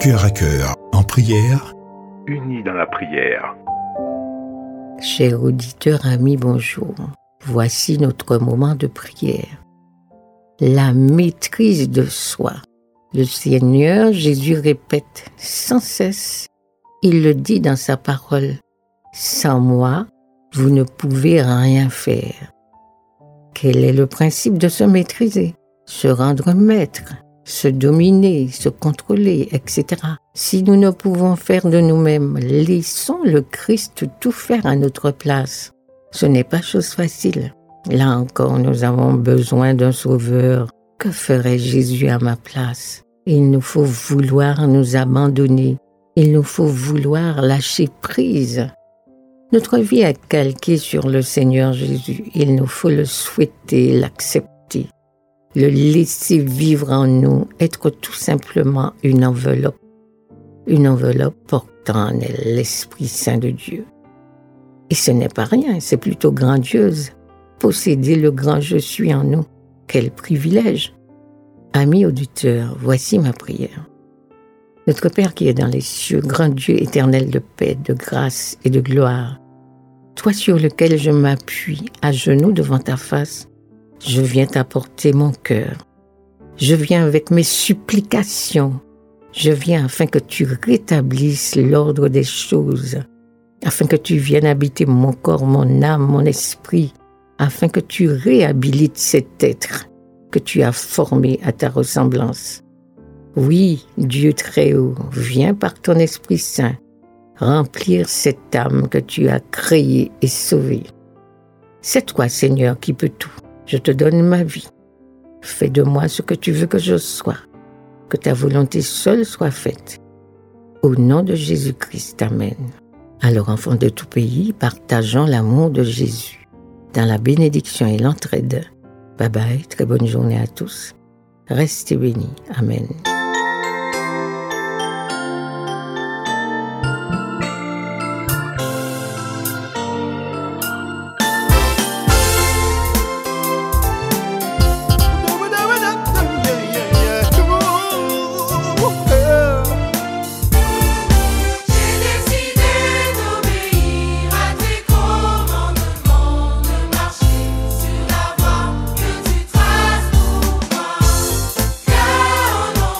Cœur à cœur, en prière, unis dans la prière. Chers auditeurs, amis, bonjour. Voici notre moment de prière. La maîtrise de soi. Le Seigneur Jésus répète sans cesse, il le dit dans sa parole, Sans moi, vous ne pouvez rien faire. Quel est le principe de se maîtriser Se rendre maître, se dominer, se contrôler, etc. Si nous ne pouvons faire de nous-mêmes, laissons le Christ tout faire à notre place. Ce n'est pas chose facile. Là encore, nous avons besoin d'un sauveur. Que ferait Jésus à ma place Il nous faut vouloir nous abandonner. Il nous faut vouloir lâcher prise. Notre vie est calquée sur le Seigneur Jésus. Il nous faut le souhaiter, l'accepter, le laisser vivre en nous, être tout simplement une enveloppe, une enveloppe portant en elle l'Esprit Saint de Dieu. Et ce n'est pas rien, c'est plutôt grandiose. Posséder le grand je suis en nous, quel privilège. Amis auditeurs, voici ma prière. Notre Père qui est dans les cieux, grand Dieu éternel de paix, de grâce et de gloire, toi sur lequel je m'appuie à genoux devant ta face, je viens t'apporter mon cœur. Je viens avec mes supplications. Je viens afin que tu rétablisses l'ordre des choses, afin que tu viennes habiter mon corps, mon âme, mon esprit, afin que tu réhabilites cet être que tu as formé à ta ressemblance. Oui, Dieu très haut, viens par ton Esprit Saint remplir cette âme que tu as créée et sauvée. C'est toi, Seigneur, qui peux tout. Je te donne ma vie. Fais de moi ce que tu veux que je sois. Que ta volonté seule soit faite. Au nom de Jésus-Christ, Amen. Alors, enfants de tout pays, partageons l'amour de Jésus. Dans la bénédiction et l'entraide. Bye bye, très bonne journée à tous. Restez bénis. Amen. J'ai décidé d'obéir à tes commandements, de marcher sur la voie que tu traces pour moi. Car en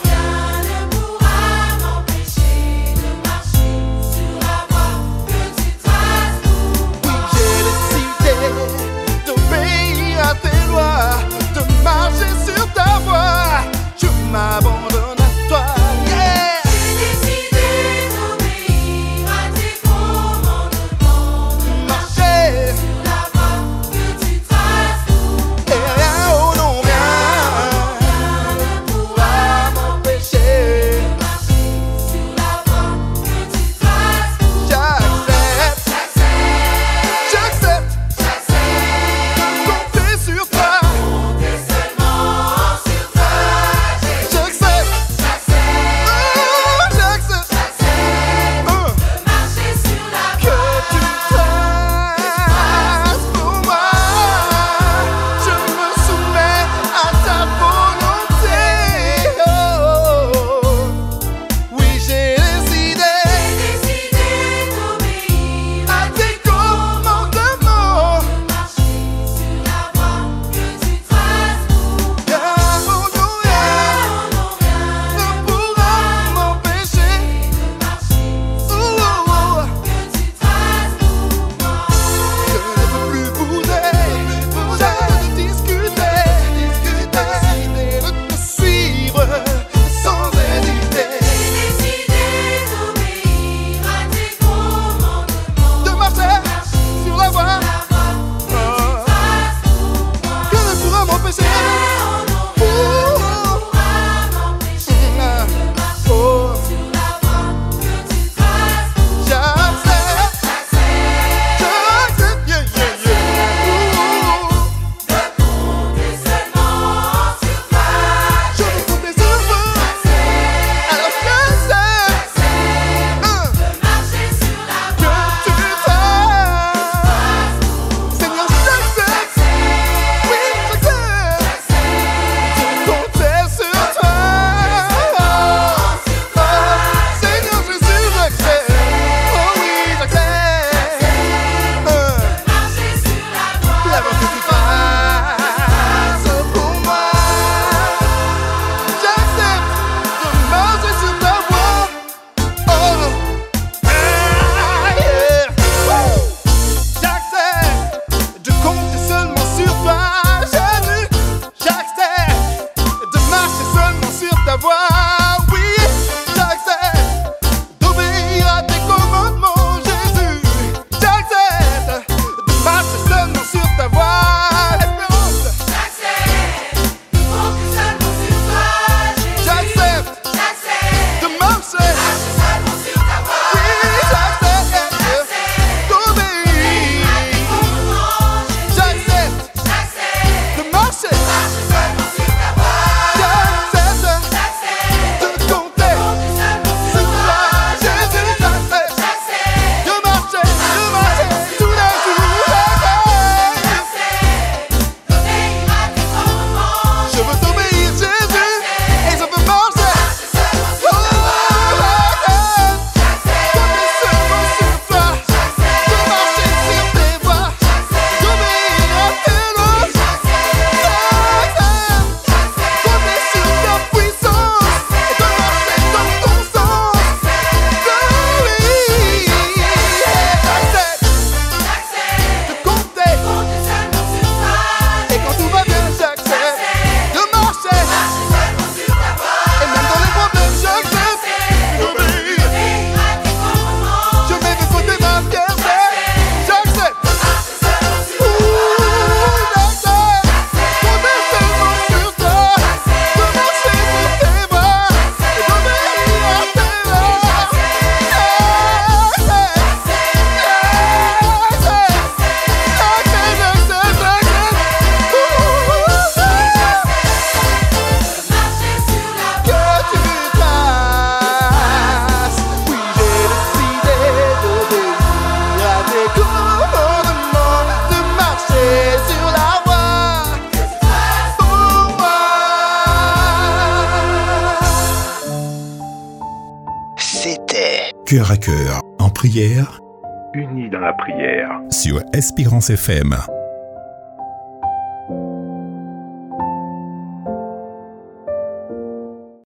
Cœur à cœur, en prière, unis dans la prière. sur Espérance FM.